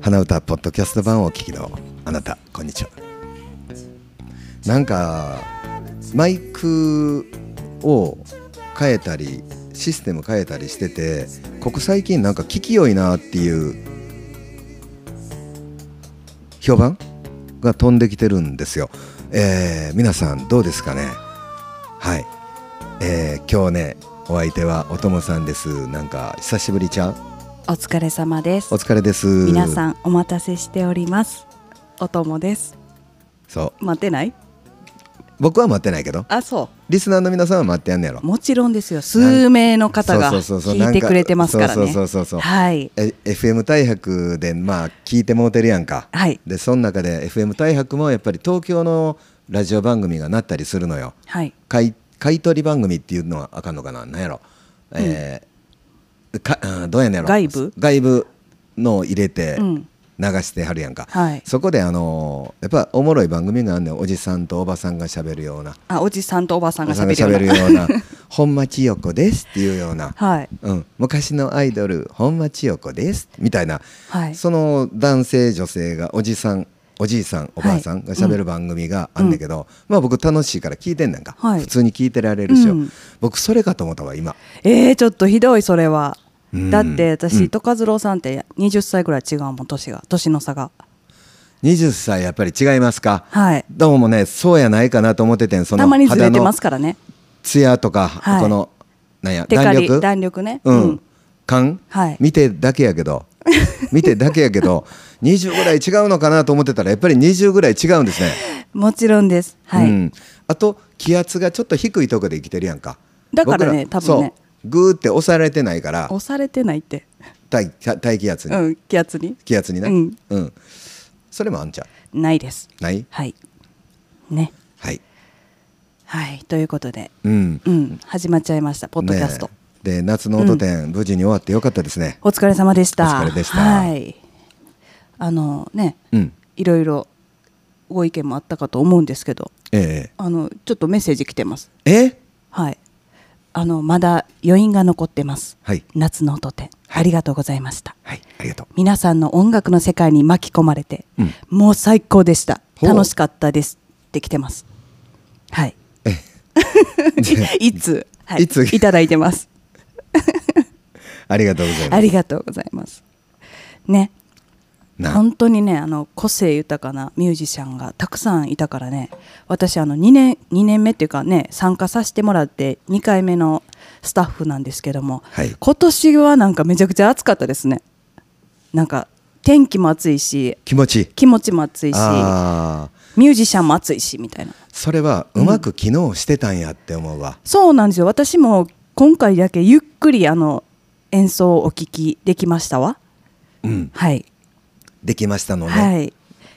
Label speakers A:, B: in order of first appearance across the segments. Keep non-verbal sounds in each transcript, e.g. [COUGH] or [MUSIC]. A: 花歌ポッドキャスト版をお聞きのあなたこんにちはなんかマイクを変えたりシステム変えたりしててここ最近なんか聞きよいなっていう評判が飛んできてるんですよ、えー皆さんどうですかねはい、えー今日ねお相手はおともさんですなんか久しぶりちゃん
B: お疲れ様です
A: お疲れです
B: 皆さんお待たせしておりますおともです
A: そう
B: 待ってない
A: 僕は待ってないけど
B: あそ
A: リスナーの皆さんは待ってやんねやろ
B: うもちろんですよ数名の方が
A: そうそうそうそう
B: 聞いてくれてますから
A: なん
B: ね
A: かそうそうそうそう
B: はい
A: え FM 大白でまあ聞いてもうてるやんか
B: はい
A: でその中で FM 大白もやっぱり東京のラジオ番組がなったりするのよ
B: はい
A: 買い買い取り番組っていうのはあかんのかななんやろ、えーかあーどうやねんやろ
B: 外部
A: 外部のを入れて
B: うん
A: 流してはるやんか、
B: はい
A: そこであのーやっぱおもろい番組があんねんおじさんとおばさんがしゃべるような
B: あおじさんとおばさんが
A: お
B: 喋
A: しゃ
B: るよ
A: べ
B: うな
A: るような [LAUGHS] 「本間千代子です」っていうような、
B: はい
A: うん、昔のアイドル本間千代子ですみたいな、
B: はい
A: その男性女性がおじさんおじいさんおばあさんがしゃべる番組があんだけど、まあ僕楽しいから聞いてんなんか、
B: はい
A: 普通に聞いてられるしよ、
B: うん
A: 僕それかと思ったわ今
B: えー、ちょっとひどいそれは
A: うん
B: だって
A: う
B: 私
A: ん
B: と和郎さんって20歳ぐらい違うもん年が年の差が
A: 20歳やっぱり違いますか、
B: はい
A: どうもねそうやないかなと思っててんその
B: たまにずれて
A: の
B: ますからね
A: ツヤとか、
B: はい
A: このなんや
B: テカ
A: 弾
B: リ
A: 力
B: 弾力ね
A: うん、感、
B: はい
A: 見てだけや
B: [LAUGHS]
A: けど見てだけやけど20ぐらい違うのかなと思ってたらやっぱり20ぐらい違うんですね、
B: もちろんですはい、
A: うん、あと気圧がちょっと低いとこで生きてるやんか
B: だからね
A: 僕ら
B: 多分ね
A: そうグーって押されてないから
B: 押されてないって
A: 大大気圧に、
B: うん気圧に
A: 気圧にな、
B: うん
A: うんそれもあんちゃ
B: ないです
A: うない
B: はいね
A: はい
B: はいということで
A: うん
B: うん始まっちゃいましたポッドキャスト、
A: ねえで夏の音展、無事に終わってよかったですね
B: お疲れ様でした
A: お疲れでした
B: はいあのね
A: うん
B: いろいろご意見もあったかと思うんですけど
A: え
B: あのちょっとメッセージ来てます
A: ええ
B: はいあのまだ余韻が残ってます
A: はい
B: 夏の音展ありがとうございました
A: はいありがとう
B: 皆さんの音楽の世界に巻き込まれて、
A: うん
B: もう最高でした
A: ほう
B: 楽しかったですって来てますはい
A: え
B: [LAUGHS] いつ、はい、
A: いつ
B: いただいてます
A: ありがとうございます
B: ありがとうございますね
A: な
B: 本当にねあの個性豊かなミュージシャンがたくさんいたからね私あの2年2年目っていうかね参加させてもらって2回目のスタッフなんですけども、
A: はい
B: 今年はなんかめちゃくちゃ暑かったですねなんか天気も暑いし
A: 気持ちいい
B: 気持ちも暑いし
A: あー
B: ミュージシャンも暑いしみたいな
A: それはうまく機能してたんやって思うわ、
B: そうなんですよ私も今回だけゆっくりあの演奏をお聞きできましたわ
A: うん
B: はい、
A: できましたのね、
B: はい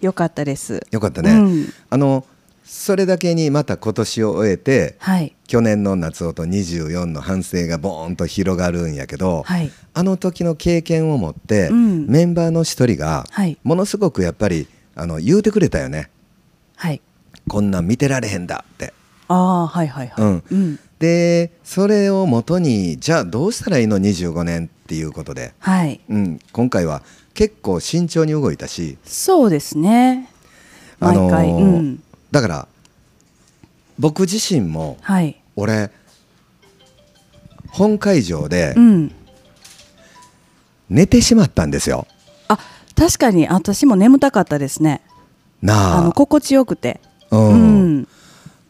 B: よかったです
A: よかったね、
B: うん
A: あのそれだけにまた今年を終えて
B: はい
A: 去年の夏音24の反省がボーンと広がるんやけど、
B: はい
A: あの時の経験を持って、
B: うん
A: メンバーの一人が
B: はい
A: ものすごくやっぱりあの言うてくれたよね
B: はい
A: こんなん見てられへんだって
B: ああはいはいはい
A: うん
B: うん、
A: でそれをもとにじゃあどうしたらいいの25年っていうことで、
B: はい
A: うん、今回は結構慎重に動いたし
B: そうですね
A: あ
B: 毎
A: のー
B: 回、うん
A: だから僕自身も
B: はい
A: 俺本会場で
B: うん
A: 寝てしまったんですよ、
B: あ確かに私も眠たかったですねあ
A: な
B: の
A: あ
B: 心地よくて
A: うん
B: うん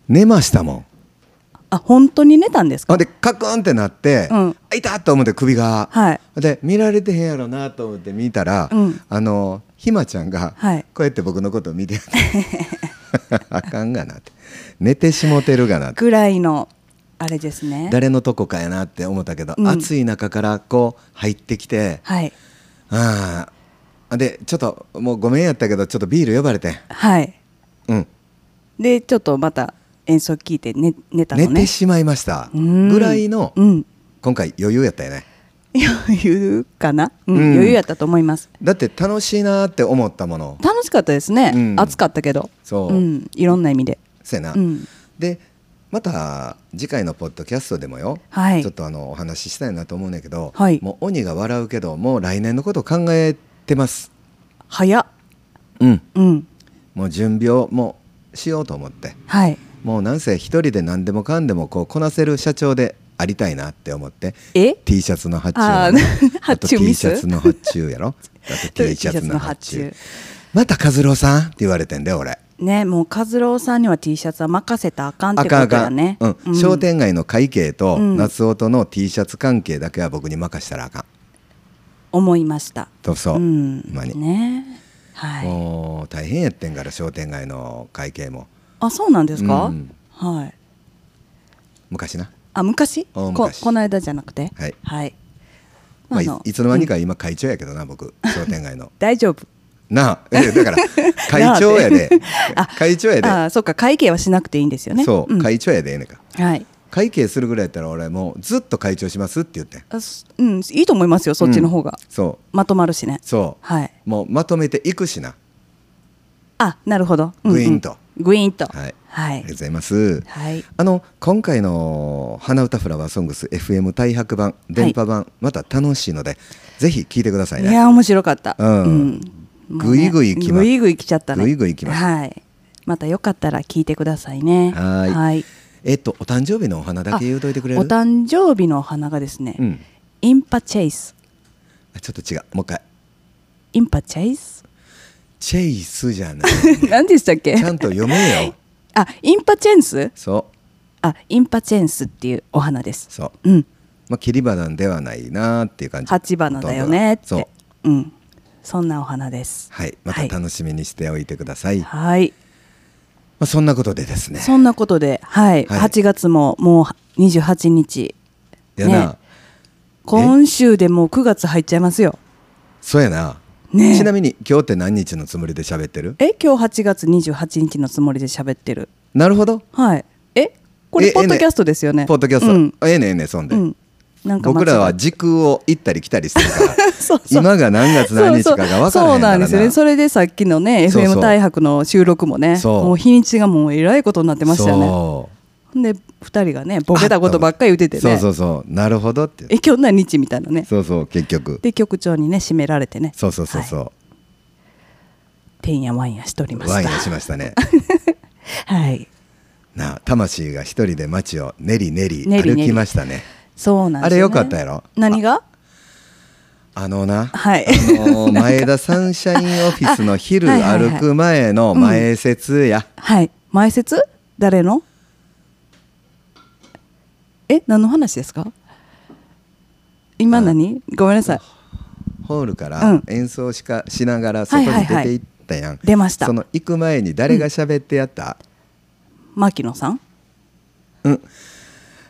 A: 寝ましたもん
B: あ本当に寝たんです
A: ほ
B: か
A: んでカクンってなって、
B: うん
A: あいたと思って首が、
B: はい
A: で見られてへんやろなと思って見たら、
B: うん
A: あのひまちゃんが、
B: はい
A: こうやって僕のことを見てあかんがなって [LAUGHS] 寝てしもてるがなって
B: ぐらいのあれですね
A: 誰のとこかやなって思ったけど、
B: うん
A: 暑い中からこう入ってきて、
B: はい
A: ああでちょっともうごめんやったけどちょっとビール呼ばれてん
B: はい
A: うん、
B: でちょっとまた演奏聞いて寝寝たのね
A: 寝てしまいました
B: うん
A: ぐらいの
B: うん、
A: 今回余裕やったよね
B: 余裕かな、うん
A: うん
B: 余裕やったと思います
A: だって楽しいなって思ったもの
B: 楽しかったですね、
A: うん
B: 暑かったけど、
A: そうん
B: いろんな意味で
A: せやな、
B: うん
A: でまた次回のポッドキャストでもよ、
B: はい
A: ちょっとあのお話ししたいなと思うんだけど、
B: はい
A: もう鬼が笑うけどもう来年のことを考えてます
B: 早っ
A: うん
B: うん
A: もう準備をもうしようと思って
B: はい
A: もうなんせ一人で何でもかんでもこうこなせる社長でありたいなって思って
B: え
A: T シャツの発注
B: あ
A: や [LAUGHS]
B: ー
A: ろ
B: 発
A: あ
B: 注
A: と
B: ミ
A: T
B: ス
A: シャツの発注やろ
B: [LAUGHS]
A: あと T シャツの発注
B: T シャツの発
A: また和郎さんって言われてんで俺
B: ねもう和郎さんには T シャツは任せたらあかんっ
A: あ
B: てこ
A: かんあ
B: と
A: か
B: だ
A: ん、
B: ね
A: うん
B: うん
A: 商店街の会計と
B: うん
A: 夏音の T シャツ関係だけは僕に任したらあかん
B: 思いました
A: とそう、
B: ん
A: ほんまに
B: ねはい
A: もう大変やってんから商店街の会計も
B: あそうなんですか、
A: うん
B: はい
A: 昔な、
B: あ昔
A: あ
B: こ
A: 昔
B: この間じゃなくて
A: はい
B: まあ
A: まあ、
B: あ
A: い
B: の
A: いつの間にか今会長やけどな僕商店街の
B: 大丈夫
A: なあえ
B: [LAUGHS]
A: だから会長やで
B: あ
A: 会長やで
B: あそっか会計はしなくていいんですよね
A: そう、
B: ん
A: 会長やでええねんか
B: はい
A: 会計するぐらいやったら俺もうずっと会長しますって言ってん
B: あすうんいいと思いますよそっちの方が、
A: そ
B: まとまるしね
A: うそう、
B: はい
A: もうまとめていくしな
B: あなるほど、
A: グイーンと
B: グイーンと
A: はい
B: は
A: ありがと
B: い、
A: うございます
B: はい
A: あの今回の「花歌フラワーソングス FM 大白版電波版、また楽しいのでぜひ聴いてください
B: い
A: ね
B: や面白かった、
A: うん
B: もう
A: ぐいぐい来ま
B: ぐいぐい来ちゃったね
A: ぐいぐい来ました
B: はいまたよかったら聞いてくださいね
A: はーいえっとお誕生日のお花だけ言うといてくれる
B: お誕生日のお花がですね、
A: うん
B: インパチェイス
A: あちょっと違うもう一回
B: インパチェイス [LAUGHS]
A: チェイスじゃない
B: 何でしたっけ
A: ちゃんと読めよ
B: あインパチェンス
A: そう
B: あインパチェンスっていうお花です
A: そう
B: うん
A: まあ切り花ではないなーっていう感じ
B: 鉢花だよねって
A: そう
B: うんそんなお花です
A: はいまた楽しみにしておいてください、ま
B: はい
A: あ、そんなことでですね
B: そんなことで、はい、
A: はい
B: 8月ももう28日、
A: やな、
B: ね今週でもう9月入っちゃいますよ。
A: そうやな、
B: ねえ
A: ちなみに今日って何日のつもりで喋ってる
B: え、今日8月28日のつもりで喋ってる。
A: なるほど
B: はい。え、これ
A: え
B: ポッドキャストですよね。
A: ポッドキャスト、
B: うん。
A: あええねええねえそんで、
B: うんなんか間違
A: 僕らは
B: っ
A: 時空を行ったり来たりしてるから
B: [LAUGHS] そうそう
A: 今が何月何日かが分から
B: そうそ
A: へ
B: うんな
A: から
B: んですよね。それでさっきのね、
A: そうそう
B: FM 大白の収録もね、
A: そう
B: もう日にちがもうえらいことになってましたよね。
A: そう
B: で、二人がね、ボケたことばっかり言っててね。
A: そうそうそうなるほどって
B: え、今日何日みたいなね。
A: そうそう結局
B: で、局長にね、締められてね。
A: そうそうそう
B: はい。
A: そ
B: てんやわんやしており
A: う、
B: ま
A: ワ
B: し
A: イン
B: た
A: を。しましたね
B: はい。
A: なあ魂が一人で街を練り練り
B: 練り練
A: 歩
B: り
A: きましたね
B: そうなんですよね
A: あれ良かったやろ
B: 何が
A: あのな、
B: はい
A: あ
B: [LAUGHS]
A: のー前田サンシャインオフィスの昼
B: はいはいはい
A: 歩く前の前説や、
B: はい前説誰のえ何の話ですか今何ごめんなさい
A: ホールか
B: う
A: ら
B: ん
A: 演奏しかしながら外に
B: はいはい
A: 出
B: はい
A: ていったやん、
B: 出ました
A: その行く前に誰が喋ってやった、
B: 牧野さん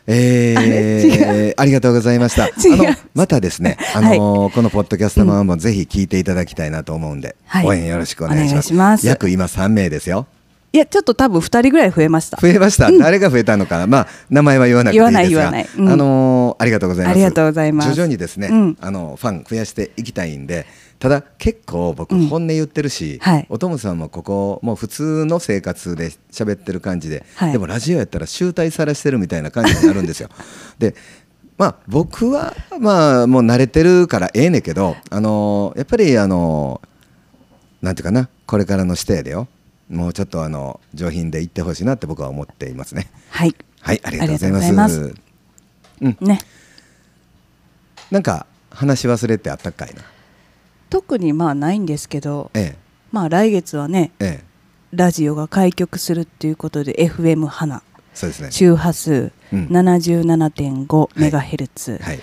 A: えー、ありがとうございました。あ
B: [LAUGHS] 違う
A: のまたです
B: [LAUGHS]
A: ね、あのーこのポッドキャストマンもぜひ聞いていただきたいなと思うんで、
B: はい
A: 応援よろしくお願いします。
B: お願いします
A: 約今3名ですよ。
B: いやちょっと多分2人ぐらい増えました
A: 増えました。誰が増えたのかな。まあ名前は言わなくていいですが、
B: 言わない言わないうん
A: あのーありがとうございます。
B: ありがとうございます
A: 徐々にですね、
B: うん
A: あのファン増やしていきたいんで。ただ結構僕本音言ってるし、
B: はい
A: おともさんもここもう普通の生活で喋ってる感じで、
B: はい
A: でもラジオやったら集大さらしてるみたいな感じになるんですよ。 [LAUGHS] でまあ僕はまあもう慣れてるからええねんけど、あのーやっぱりあのーなんていうかなこれからの指定でよもうちょっとあの上品で言ってほしいなって僕は思っていますね
B: はい
A: はいありがとうございま
B: あ
A: す
B: りがとうございね
A: なんか話し忘れってあったかいな
B: 特にまあないんですけど
A: え
B: まあ来月はね
A: えええ
B: ラジオが開局するっていうことで FM 花
A: そうですね
B: 周波数
A: うんい
B: 77.5MHz
A: はい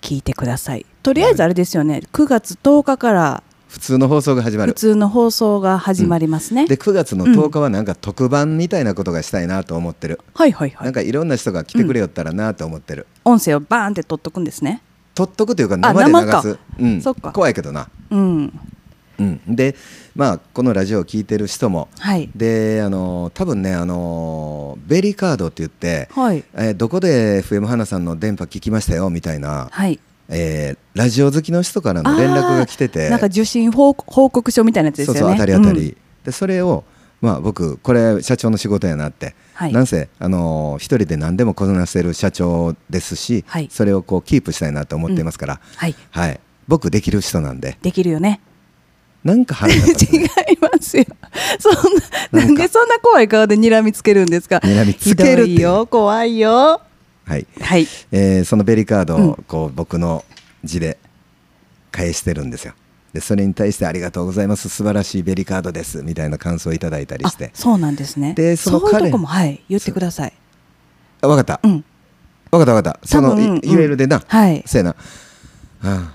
B: 聞いてくださいとりあえずあれですよね9月10日から
A: 普通の放送が始ま
B: 普
A: る
B: 通の放送が始まりますね、
A: で9月の10日はなんか特番みたいなことがしたいなと思ってる、
B: はいはいは
A: ないんかいろんな人が来てくれよったらなと思ってる、
B: 音声をバーンって取っとくんですね
A: 取っとくというか
B: あ
A: 生で
B: 生
A: 流
B: か
A: す、うん、
B: そっか
A: 怖いけどな、
B: うん
A: うん、でまあこのラジオを聞いてる人も
B: はい
A: であの多分ねあのベリーカードって言って、
B: はい
A: えーどこで FM 花さんの電波聞きましたよみたいな、
B: はい
A: えーラジオ好きの人からの連絡が来て
B: あ
A: て
B: ーなんか受信報報告書みたいなやつです
A: そ
B: よ
A: う
B: ね
A: そう当たり当たり、
B: うん
A: でそれを、まあ、僕これ社長の仕事やなって、
B: はい
A: なんせ、あのー一人で何でもこなせる社長ですし、
B: はい
A: それをこうキープしたいなと思っていますから、
B: はい
A: はい、僕できる人なんで
B: できるよね
A: なんか腹が立つ、
B: [LAUGHS] 違い
A: ね、
B: ますよ。そんな、
A: な
B: なんん
A: か
B: でそんな怖い顔で睨みつけるんですか。
A: 睨みつけるってい
B: ひ
A: う
B: どいよ、怖いよ。
A: はい、
B: はい。
A: えーそのベリカードをこう僕の字で返してるんですよでそれに対して「ありがとうございます素晴らしいベリカードです」みたいな感想をいただいたり
B: あ
A: して、
B: そうなんですね。
A: でその
B: ういう
A: 彼
B: とこも、はい、言ってください。
A: あ分かった、
B: うん。
A: 分かった分かったそ
B: 多
A: の
B: 分
A: い言えるでな、
B: はい。
A: そうやなああ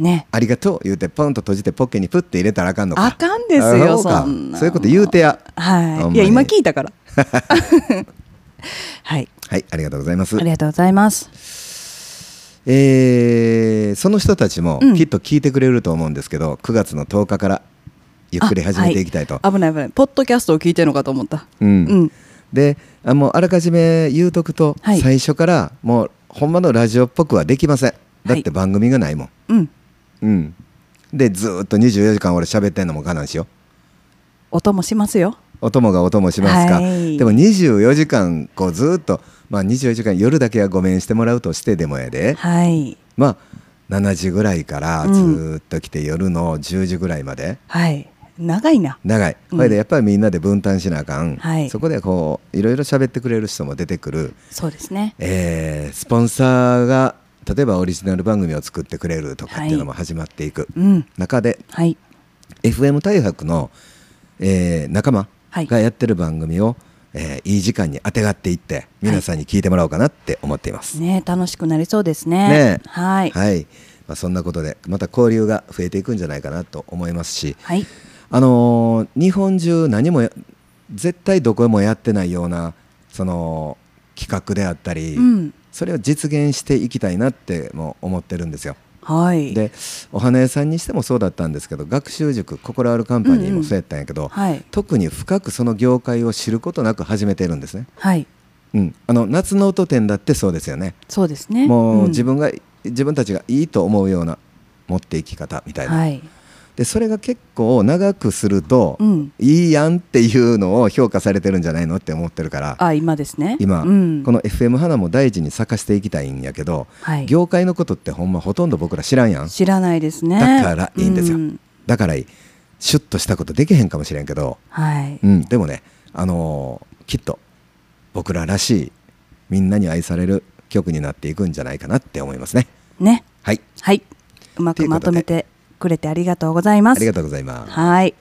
B: ね。
A: ありがとう言うてポンと閉じてポッケにプッて入れたらあかんのか
B: あかんです
A: あ
B: よ、
A: そうか
B: そんな。
A: そういうこと言うてやほ
B: は
A: んま
B: い。
A: に
B: いや、今聞いた
A: [LAUGHS]
B: から。はい。
A: はいありがとうございます
B: ありがとうございます。
A: えーその人たちも
B: うん
A: きっと聞いてくれると思うんですけど、9月の10日からゆっくり始めていきたいと、
B: あはい危ない危ない。ポッドキャストを聞いてるのかと思った。
A: うん
B: うん。
A: であもうあらかじめ言うとくと、
B: はい
A: 最初からもうほんまのラジオっぽくはできませんだって番組がないもん、
B: うん。
A: うんでずーっと24時間俺喋ってんのも我慢しよ
B: 音もしますよ。
A: お供がお供しますか、
B: はい
A: でも24時間こうずーっとまあ24時間夜だけはごめんしてもらうとしてでもやで、
B: はい。
A: まあ7時ぐらいからずーっと来て夜の10時ぐらいまで
B: はい。長いな。
A: 長い、
B: うん
A: これでやっぱりみんなで分担しなあかん、
B: はい
A: そこでこういろいろ喋ってくれる人も出てくる、
B: そうですね。
A: えースポンサーが例えばオリジナル番組を作ってくれるとかっていうのも始まっていく、
B: うん。
A: 中で
B: はい。
A: FM 大白の、えー仲間
B: はい
A: がやってる番組を、えーいい時間にあてがっていって皆さんに聞いてもらおうかなって思っています。
B: ね楽しくなりそうですね。
A: ねえ
B: はい。はい。
A: まあ、そんなことでまた交流が増えていくんじゃないかなと思いますし、あのー日本中何もや絶対どこもやってないようなその企画であったり、
B: うん。
A: それを実現していきたいなっても思ってるんですよ。
B: はい。
A: でお花屋さんにしてもそうだったんですけど学習塾心あるカンパ
B: う
A: ニー
B: んう
A: も
B: ん
A: そうやったんやけど、
B: はい。
A: 特に深くその業界を知ることなく始めてるんですね。
B: はい。
A: うん、あの夏の音展だってそうですよね。
B: そうですね。
A: もうん自分が、自分たちがいいと思うような持っていき方みたいな、
B: はい。
A: でそれが結構長くすると、
B: うん。
A: いいやんっていうのを評価されてるんじゃないのって思ってるから
B: あ、今ですね。
A: 今、
B: うん。
A: この FM 花も大事に咲かしていきたいんやけど、
B: はい。
A: 業界のことってほんまほとんど僕ら知らんやん
B: 知らないですね。
A: だからいいんですよ
B: う
A: だからいいシュッとしたことできへんかもしれんけど、
B: はい。
A: うん、でもね、あのーきっと僕ららしいみんなに愛される曲になっていくんじゃないかなって思いますね
B: ね。
A: はい
B: はい。うま
A: とい
B: く
A: うこ
B: ま
A: とで
B: とめてくれてありがとうございま
A: あ
B: す。
A: りがとうございます
B: はい。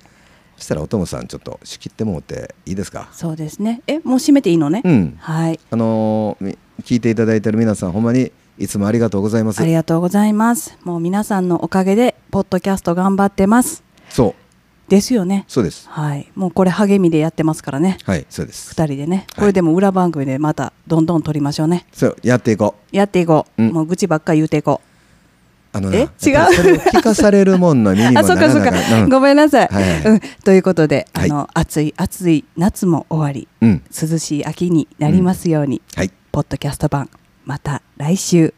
A: そしたらおともさんちょっと仕切ってもうていいですか
B: そうですね。え、もう閉めていいのね。
A: うん
B: はい。
A: あのーみ聞いていただいてる皆さんほんまにいつもありがとうございます
B: ありがとうございます。もう皆さんのおかげでポッドキャスト頑張ってます。
A: そう
B: ですよね。
A: そうです
B: はい。もうこれ励みでやってますからね。
A: はいそうです
B: 二人でね。
A: い
B: これでも裏番組でまたどんどん撮りましょうね。
A: そうやっていこう
B: やっていこう。
A: うん
B: もう愚痴ばっかり言うていこう。
A: あのな
B: え
A: やっぱり
B: 違う
A: それを聞かされるもんの身にもな
B: あ、そ
A: ら
B: うか
A: な
B: そうか
A: か。
B: ごめんなさい。
A: はい
B: うん。ということで、あの、
A: は
B: 暑い暑い夏も終わり、
A: うん
B: 涼しい秋になりますように、
A: はい
B: ポッドキャスト版また来週